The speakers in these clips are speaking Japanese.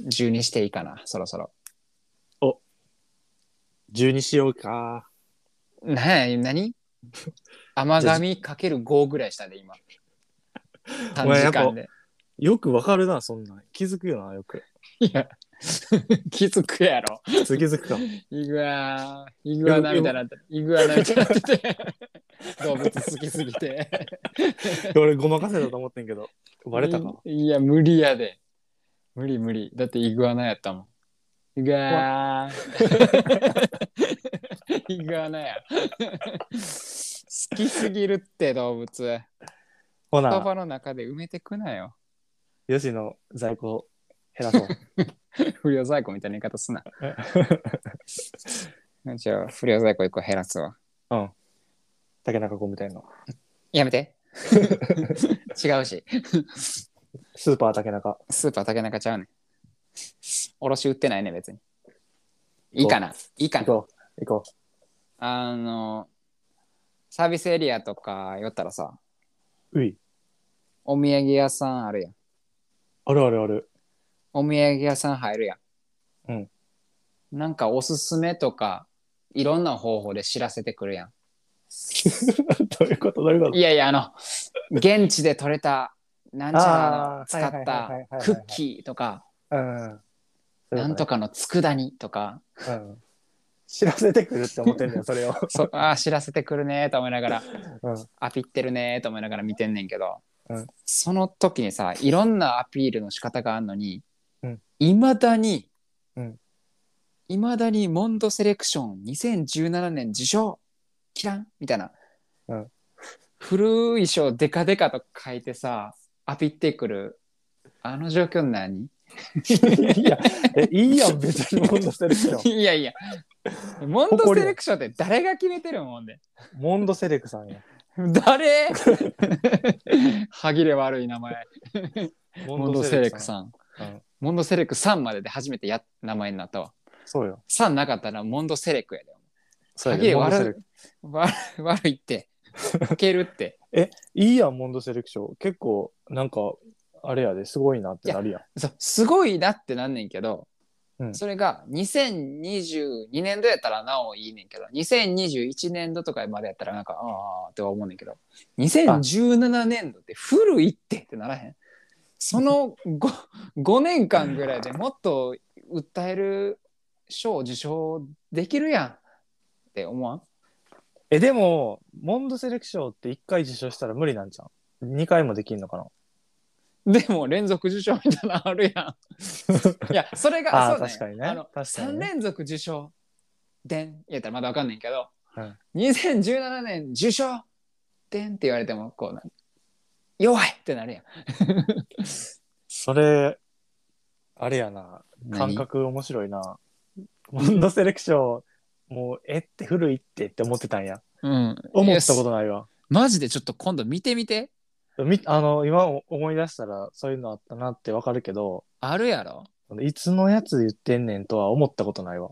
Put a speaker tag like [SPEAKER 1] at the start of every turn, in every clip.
[SPEAKER 1] 10にしていいかな、そろそろ。
[SPEAKER 2] 10にしようか。
[SPEAKER 1] なに何甘神かける5ぐらいしたで、今。
[SPEAKER 2] お
[SPEAKER 1] 短
[SPEAKER 2] 前や
[SPEAKER 1] 時
[SPEAKER 2] っぱ
[SPEAKER 1] 間で。
[SPEAKER 2] よくわかるな、そんなん。気づくよな、よく。
[SPEAKER 1] いや、気づくやろ。
[SPEAKER 2] 普通気 づくかも。
[SPEAKER 1] イグア、イグアナみたいになって、イグアナみたいになってて、動物好きすぎて。
[SPEAKER 2] 俺、ごまかせたと思ってんけど。バレたか。
[SPEAKER 1] いいや、無理やで。無理無理。だってイグアナやったもん。イグアー。 イグアナや。好きすぎるって動物。言
[SPEAKER 2] ほな、
[SPEAKER 1] 葉の中で埋めてくなよ。
[SPEAKER 2] ヨシの在庫減らそう。
[SPEAKER 1] 不良在庫みたいな言い方すな。じゃあ、不良在 庫一個減らすわ。
[SPEAKER 2] うん。竹中君みたいな。
[SPEAKER 1] やめて。 違うし。
[SPEAKER 2] スーパー竹中。
[SPEAKER 1] スーパー竹中ちゃうねん。卸売ってないね、別に。いいかな。いいか
[SPEAKER 2] 行
[SPEAKER 1] な。
[SPEAKER 2] こう。行こ
[SPEAKER 1] あの、サービスエリアとか寄ったらさ、
[SPEAKER 2] う。うい。
[SPEAKER 1] お土産屋さんあるやん。
[SPEAKER 2] あるあるある。
[SPEAKER 1] お土産屋さん入るやん。
[SPEAKER 2] うん。
[SPEAKER 1] なんかおすすめとか、いろんな方法で知らせてくるやん。
[SPEAKER 2] どういうことどういうこと
[SPEAKER 1] いやいや、あの、現地で採れた、なんちゃら
[SPEAKER 2] あー
[SPEAKER 1] の使っ
[SPEAKER 2] はいはいはいはいはいは
[SPEAKER 1] た
[SPEAKER 2] い
[SPEAKER 1] クッキーとか、
[SPEAKER 2] うん。
[SPEAKER 1] なんと
[SPEAKER 2] か。
[SPEAKER 1] かの佃煮とか、
[SPEAKER 2] うん。知らせてくるって思ってんだよ、それ を。
[SPEAKER 1] そうあー知らせてくるねーと思いながら、
[SPEAKER 2] うん。
[SPEAKER 1] アピってるねーと思いながら見てんねんけど、
[SPEAKER 2] うん
[SPEAKER 1] その時にさいろんなアピールの仕方があるのに
[SPEAKER 2] うん
[SPEAKER 1] いま、未だに
[SPEAKER 2] うん
[SPEAKER 1] いま、未だにモンドセレクション2017年受賞キランみたいな、
[SPEAKER 2] うん
[SPEAKER 1] 古い賞デカデカと書いてさアピってくるあの状況何
[SPEAKER 2] いや、え、いいやん、別にモンドセレクション。
[SPEAKER 1] いやいやモンドセレクションって誰が決めてるもんで、
[SPEAKER 2] モンドセレクさんや。
[SPEAKER 1] 誰歯切れ悪い名前モンドセレク
[SPEAKER 2] ん。
[SPEAKER 1] さん。
[SPEAKER 2] うん
[SPEAKER 1] モンドセレクさんまでで初めてや名前になったわ。
[SPEAKER 2] そうよ。
[SPEAKER 1] さんなかったらモンドセレクやで。
[SPEAKER 2] そう
[SPEAKER 1] 影
[SPEAKER 2] やモンド
[SPEAKER 1] 笑う
[SPEAKER 2] セレク
[SPEAKER 1] わ悪い って。いけるって。
[SPEAKER 2] いいやん、モンドセレクション。結構、なんか、あれやで、すごいなってなるやん。
[SPEAKER 1] そうすごいなってなんねんけど、
[SPEAKER 2] うん
[SPEAKER 1] それが2022年度やったらなおいいねんけど、2021年度とかまでやったらなんか、ああって思うねんけど、2017年度って古いってってならへん。その 5, 5年間ぐらいでもっと訴える賞を受賞できるやんって思わん
[SPEAKER 2] え、でも、モンドセレクションって1回受賞したら無理なんじゃん。2回もできんのかな。
[SPEAKER 1] でも連続受賞みたいなのあるや ん。いや、それが、
[SPEAKER 2] あー
[SPEAKER 1] そうなんや
[SPEAKER 2] 確かにね
[SPEAKER 1] あの
[SPEAKER 2] 確かにね
[SPEAKER 1] 3連続受賞、でん、やったらまだわかんないけど、
[SPEAKER 2] うん
[SPEAKER 1] 2017年受賞、でんって言われても、こうな、弱いってなるやん。
[SPEAKER 2] それ、あれやな。感覚面白いな。モンドセレクション、もう、えって古いってって思ってたんや。
[SPEAKER 1] うん。
[SPEAKER 2] 思ったこ
[SPEAKER 1] いや
[SPEAKER 2] とないわ。
[SPEAKER 1] マジでちょっと今度見てみて。
[SPEAKER 2] みあの、今思い出したら、そういうのあったなってわかるけど、
[SPEAKER 1] あるやろ。
[SPEAKER 2] いつのやつ言ってんねんとは思ったことないわ。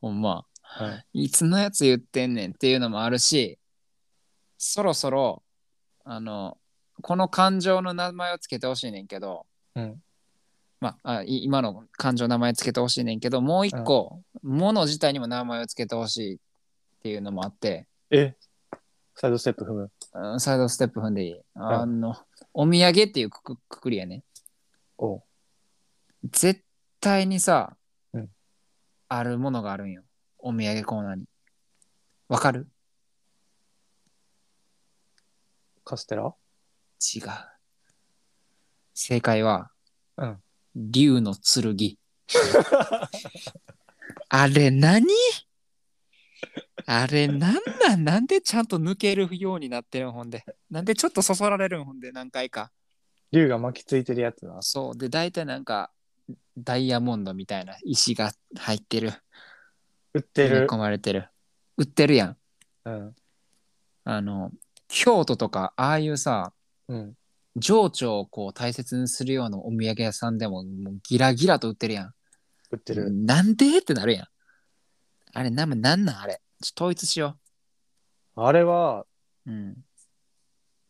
[SPEAKER 1] ほんま。
[SPEAKER 2] はい
[SPEAKER 1] つのやつ言ってんねんっていうのもあるし、そろそろ、あの、この感情の名前をつけてほしいねんけど、
[SPEAKER 2] うん
[SPEAKER 1] まあ、あい今の感情の名前つけてほしいねんけど、もう一個、もの自体にも名前をつけてほしいっていうのもあって、
[SPEAKER 2] えサイドステップ踏む。
[SPEAKER 1] うんサイドステップ踏んでいい。あの、お土産っていうくくくくりやね。
[SPEAKER 2] おう
[SPEAKER 1] 絶対にさ、
[SPEAKER 2] うん
[SPEAKER 1] あるものがあるんよ。お土産コーナーに。わかる
[SPEAKER 2] カステラ
[SPEAKER 1] 違う。正解は、
[SPEAKER 2] うん
[SPEAKER 1] 竜の 剣。あれ何あれなんなんなんでちゃんと抜けるようになってるんほんで。なんでちょっとそそられるんほんで何回か。
[SPEAKER 2] 竜が巻きついてるやつな。
[SPEAKER 1] そう。で、大体なんか、ダイヤモンドみたいな石が入ってる。
[SPEAKER 2] 売って
[SPEAKER 1] 埋め
[SPEAKER 2] る。
[SPEAKER 1] 込まれてる。売ってるやん。
[SPEAKER 2] うん。
[SPEAKER 1] あの、京都とか、ああいうさ、
[SPEAKER 2] うん。
[SPEAKER 1] 情緒をこう大切にするようなお土産屋さんでも、もうギラギラと売ってるやん。
[SPEAKER 2] 売ってる。
[SPEAKER 1] なんでってなるやん。あれ、なんなんなんあれ。ちょっと統一しよ
[SPEAKER 2] あれは
[SPEAKER 1] う。うん。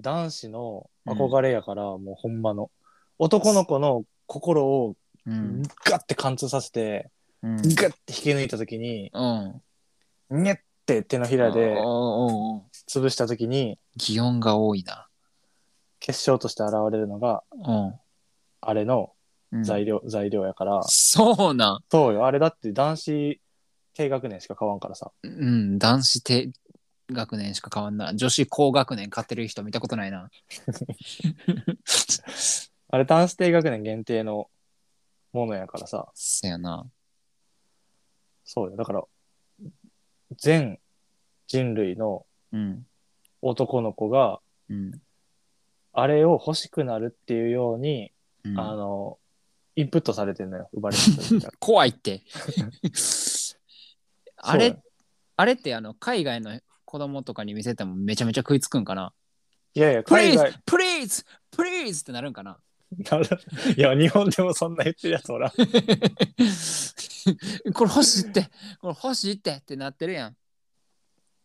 [SPEAKER 2] 男子の憧れやから、もうほんまの男の子の心を
[SPEAKER 1] うん。
[SPEAKER 2] ガッて貫通させて、
[SPEAKER 1] うん。
[SPEAKER 2] ガッて引き抜いた時に
[SPEAKER 1] うん。
[SPEAKER 2] ニャッて手のひらで
[SPEAKER 1] おうおうおう
[SPEAKER 2] 潰した時に
[SPEAKER 1] 擬音が多いな。
[SPEAKER 2] 結晶として現れるのが
[SPEAKER 1] うん
[SPEAKER 2] あれの
[SPEAKER 1] うん。
[SPEAKER 2] 材料、材料やから
[SPEAKER 1] そうなん。
[SPEAKER 2] そうよあれだって男子低学年しか買わんからさ
[SPEAKER 1] うん、男子低学年しか変わんない。女子高学年買ってる人見たことない な。
[SPEAKER 2] あれ男子低学年限定のものやからさ
[SPEAKER 1] そやな。
[SPEAKER 2] そうよだから全人類の
[SPEAKER 1] うん。
[SPEAKER 2] 男の子が
[SPEAKER 1] うん。
[SPEAKER 2] あれを欲しくなるっていうように、
[SPEAKER 1] うん、
[SPEAKER 2] あのインプットされてんのよ生まれた時 から
[SPEAKER 1] 怖いって。 あ
[SPEAKER 2] そう
[SPEAKER 1] れ
[SPEAKER 2] よ、
[SPEAKER 1] あれってあの海外の子供とかに見せてもめちゃめちゃ食いつくんかな。
[SPEAKER 2] いやいや
[SPEAKER 1] プ
[SPEAKER 2] 海
[SPEAKER 1] リー
[SPEAKER 2] 外
[SPEAKER 1] ズプリーズプリーズってなるんかな。
[SPEAKER 2] なるいや日本でもそんな言ってるやつおらん
[SPEAKER 1] これ欲しいって、これ欲しいってってなってるやん。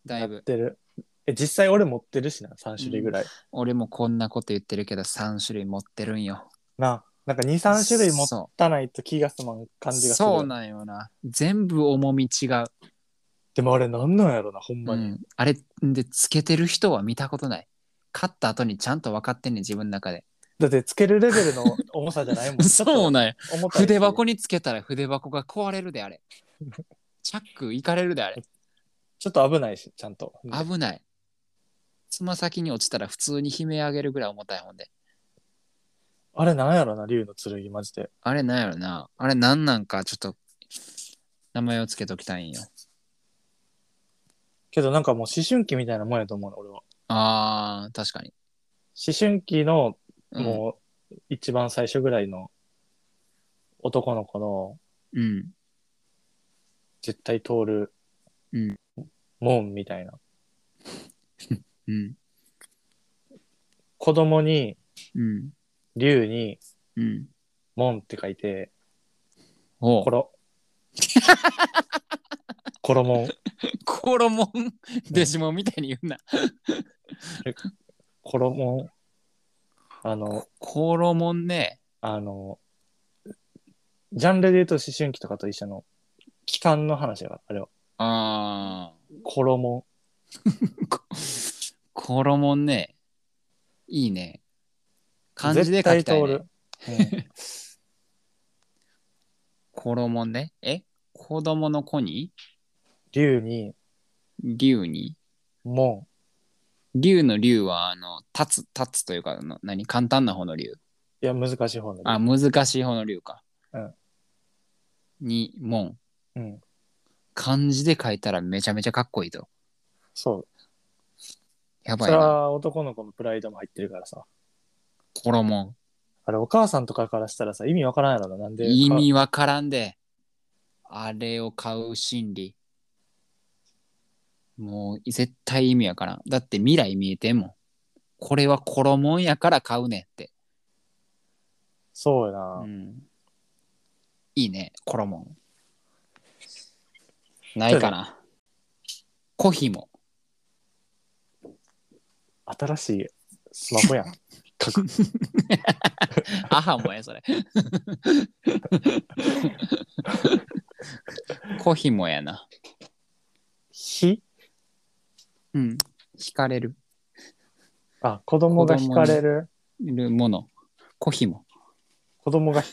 [SPEAKER 1] だい
[SPEAKER 2] やっ
[SPEAKER 1] ぶ。
[SPEAKER 2] てるえ実際俺持ってるしな3種類ぐらい、
[SPEAKER 1] 俺もこんなこと言ってるけど3種類持ってるんよ。
[SPEAKER 2] ななんか23種類持
[SPEAKER 1] そう
[SPEAKER 2] たないと気が済まん感じがする
[SPEAKER 1] そうなんよな全部重み違う、
[SPEAKER 2] でもあれなんなんやろなほんま
[SPEAKER 1] う
[SPEAKER 2] に、
[SPEAKER 1] ん、あれでつけてる人は見たことない勝った後にちゃんと分かってんねん自分の中で
[SPEAKER 2] だってつけるレベルの重さじゃないも ん
[SPEAKER 1] そうなんよ
[SPEAKER 2] 重たいし
[SPEAKER 1] 筆箱につけたら筆箱が壊れるであれチャックいかれるであれ
[SPEAKER 2] ちょっと危ないしちゃんと
[SPEAKER 1] 危ないつま先に落ちたら普通に悲鳴あげるぐらい重たいもんで
[SPEAKER 2] あれなんやろな竜の剣マジで
[SPEAKER 1] あれなんやろなあれなんなんかちょっと名前をつけときたいんよ
[SPEAKER 2] けどなんかもう思春期みたいなもんやと思うの俺は
[SPEAKER 1] あー確かに、
[SPEAKER 2] 思春期の
[SPEAKER 1] うん、
[SPEAKER 2] もう一番最初ぐらいの男の子の
[SPEAKER 1] う、うん、
[SPEAKER 2] 絶対通る
[SPEAKER 1] うん
[SPEAKER 2] 門みたいな
[SPEAKER 1] うん
[SPEAKER 2] 子供に
[SPEAKER 1] うん
[SPEAKER 2] 竜に
[SPEAKER 1] うん
[SPEAKER 2] 門って書いて
[SPEAKER 1] おう
[SPEAKER 2] ころころもん
[SPEAKER 1] コロモンデジモンみたいに言うな。
[SPEAKER 2] ころもんあの
[SPEAKER 1] コロモンね。
[SPEAKER 2] あのジャンルで言うと思春期とかと一緒の期間の話があれは
[SPEAKER 1] あ
[SPEAKER 2] ころもん
[SPEAKER 1] あ。コロモンね。いいね。漢字で書きたい、ね。
[SPEAKER 2] 絶対通る、
[SPEAKER 1] コロモンね。え子供の子に
[SPEAKER 2] うん、竜に
[SPEAKER 1] 竜に
[SPEAKER 2] 門
[SPEAKER 1] 竜の竜は、あの、立つ、立つというか、あの何簡単な方の竜。
[SPEAKER 2] いや難しい方の
[SPEAKER 1] あ、
[SPEAKER 2] 竜
[SPEAKER 1] 難しい方の竜か。
[SPEAKER 2] うん。
[SPEAKER 1] に、門。
[SPEAKER 2] うん
[SPEAKER 1] 漢字で書いたらめちゃめちゃかっこいいと。
[SPEAKER 2] そう
[SPEAKER 1] やば
[SPEAKER 2] そ
[SPEAKER 1] い
[SPEAKER 2] れ
[SPEAKER 1] な。
[SPEAKER 2] は男の子のプライドも入ってるからさ
[SPEAKER 1] コロモン。
[SPEAKER 2] あれお母さんとかからしたらさ意味わからんやろななんで
[SPEAKER 1] 意味わからんであれを買う心理もう絶対意味わからんだって未来見えてんもんこれは衣もんやから買うねんって、
[SPEAKER 2] そうやな、
[SPEAKER 1] うん、いいね衣もんないかなコヒも
[SPEAKER 2] 新しいスマホやん各
[SPEAKER 1] アハもやそれコヒもやな
[SPEAKER 2] ひ
[SPEAKER 1] うん惹かれる
[SPEAKER 2] あ子供が惹かれる
[SPEAKER 1] るものコヒも
[SPEAKER 2] 子供が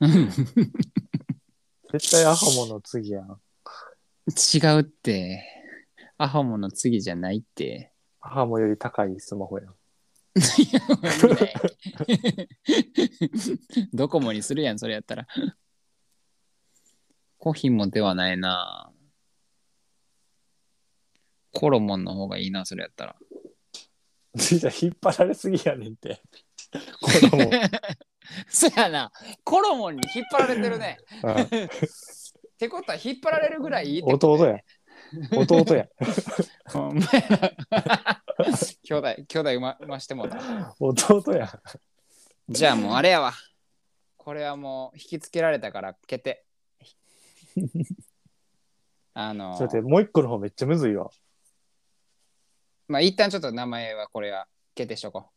[SPEAKER 1] うん
[SPEAKER 2] 絶対アハモの次やん
[SPEAKER 1] 違うって。アハモの次じゃないって。
[SPEAKER 2] アハモより高いスマホやん
[SPEAKER 1] いや無理だよドコモにするやん、それやったら。コヒモではないな。コロモンの方がいいな、それやったら。
[SPEAKER 2] じゃあ引っ張られすぎやねんって子 供、
[SPEAKER 1] そやな。コロモンに引っ張られてるね。
[SPEAKER 2] うん
[SPEAKER 1] ってことは引っ張られるぐらいいいってこと
[SPEAKER 2] 弟や弟や
[SPEAKER 1] ほんまやな 兄弟、兄弟生ま生ましてもうた。
[SPEAKER 2] 弟や
[SPEAKER 1] じゃあもうあれやわ。これはもう引きつけられたから決定。あの
[SPEAKER 2] それってもう一個の方めっちゃむずいわ。
[SPEAKER 1] まあ一旦ちょっと名前はこれは決定しとこ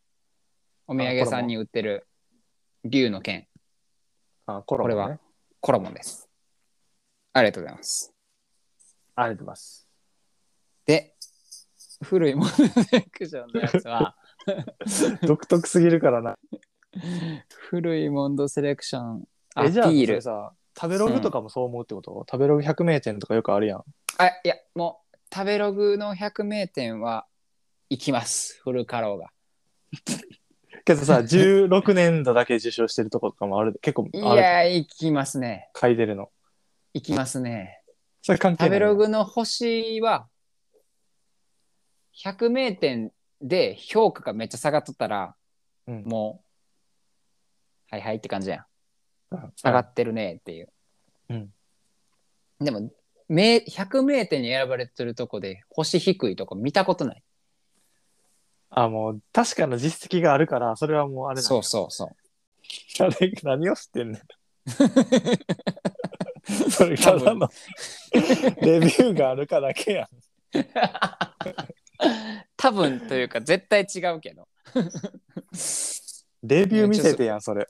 [SPEAKER 1] うお土産屋さんに売ってる竜の剣
[SPEAKER 2] あ、コロ
[SPEAKER 1] こ
[SPEAKER 2] ナ
[SPEAKER 1] れ
[SPEAKER 2] ね
[SPEAKER 1] はコロモンですありがとうございます
[SPEAKER 2] ありがとうございます。
[SPEAKER 1] で古いモノレクションのやつ は
[SPEAKER 2] 独特すぎるからな。
[SPEAKER 1] 古いモンドセレクションアピ
[SPEAKER 2] え、じゃあ、そ
[SPEAKER 1] ー
[SPEAKER 2] れ
[SPEAKER 1] ル
[SPEAKER 2] さ、食べログとかもそう思うってこと、食べログ100名店とかよくあるやん。
[SPEAKER 1] あいやもう食べログの100名店は行きますフルカローが
[SPEAKER 2] けどさ、16年度だけ受賞してるとことかもある。結構
[SPEAKER 1] い
[SPEAKER 2] ある。
[SPEAKER 1] や行きますね
[SPEAKER 2] 書いてるの。
[SPEAKER 1] 行きますね
[SPEAKER 2] それ関係
[SPEAKER 1] 食
[SPEAKER 2] な
[SPEAKER 1] べ
[SPEAKER 2] い。
[SPEAKER 1] ログの星は100名店で評価がめっちゃ下がっとったら、
[SPEAKER 2] うん
[SPEAKER 1] もうはいはいって感じやん
[SPEAKER 2] うん
[SPEAKER 1] 上がってるねっていう、
[SPEAKER 2] うん
[SPEAKER 1] でも名100名店に選ばれてるとこで星低いとこ見たことない
[SPEAKER 2] あ、もう、確かな実績があるから、それはもうあれだ。
[SPEAKER 1] そうそうそう
[SPEAKER 2] 誰 何を知ってんねん。 それただのレビューがあるかだけやん。
[SPEAKER 1] 多分というか絶対違うけど
[SPEAKER 2] レビュー見せてやん、それ。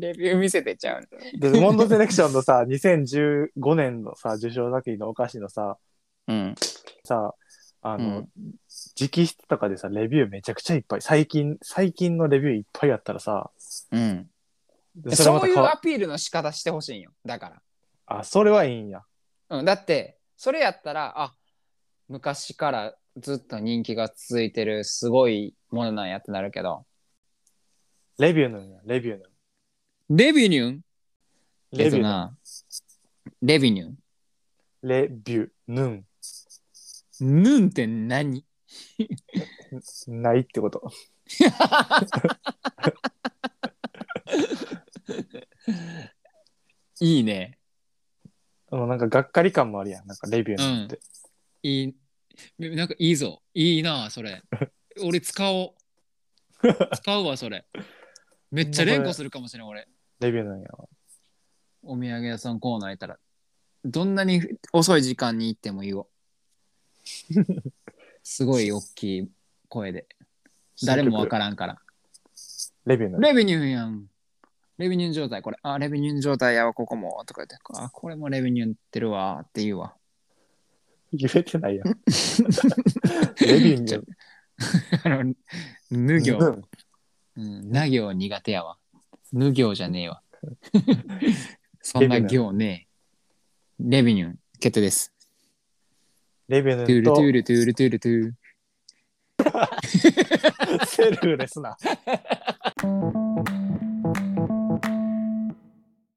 [SPEAKER 1] レビュー見せてちゃう
[SPEAKER 2] で、モンドセレクションのさ、2015年のさ、受賞作品のお菓子のさ、
[SPEAKER 1] うん
[SPEAKER 2] さ、あの、
[SPEAKER 1] う
[SPEAKER 2] 直筆とかでさ、レビューめちゃくちゃいっぱい。最近、最近のレビューいっぱいあったらさ、
[SPEAKER 1] うん
[SPEAKER 2] でれま
[SPEAKER 1] そ
[SPEAKER 2] た
[SPEAKER 1] ういう
[SPEAKER 2] かわ
[SPEAKER 1] アピールの仕方してほしいんよだか
[SPEAKER 2] あ、それはいいんや。
[SPEAKER 1] ら、うん、だってそれやったらあ昔からずっと人気が続いてるすごいものなんやってなるけど
[SPEAKER 2] レビューなんや、レビューなんや。
[SPEAKER 1] レビューン
[SPEAKER 2] レビューなんや
[SPEAKER 1] なレビューン
[SPEAKER 2] レビュー、ヌン、
[SPEAKER 1] ヌンって何
[SPEAKER 2] ないってこと。
[SPEAKER 1] いいね
[SPEAKER 2] もうなんかがっかり感もあるやん、なんかレビューなんて。
[SPEAKER 1] いい、なんかいいぞ。いいな、そ れ。俺使おう。使うわ、それ。めっちゃ連呼するかもしれん、俺。
[SPEAKER 2] レビューなんや。
[SPEAKER 1] お土産屋さんコーナーいたら。どんなに遅い時間に行っても言 おう。すごい大きい声で。誰もわからんから。
[SPEAKER 2] レビューなんや。
[SPEAKER 1] レベニューやん。レベニュー状態、これ。あ、レベニュー状態やわ、ここも。とか言って、あ、これもレベニューってるわ、って言うわ。
[SPEAKER 2] 言えてない やん。レビューに
[SPEAKER 1] ちょ あの、ぬ行。
[SPEAKER 2] ヌン
[SPEAKER 1] うん、な行苦手やわ。ぬ行じゃねえ わ。そんな行ねえ。レビニュー決定です。
[SPEAKER 2] レビュ
[SPEAKER 1] ト
[SPEAKER 2] ーヌ
[SPEAKER 1] ゥー
[SPEAKER 2] ン
[SPEAKER 1] ルト
[SPEAKER 2] と
[SPEAKER 1] ゥールトゥールトゥールトゥール。
[SPEAKER 2] セルフレスな。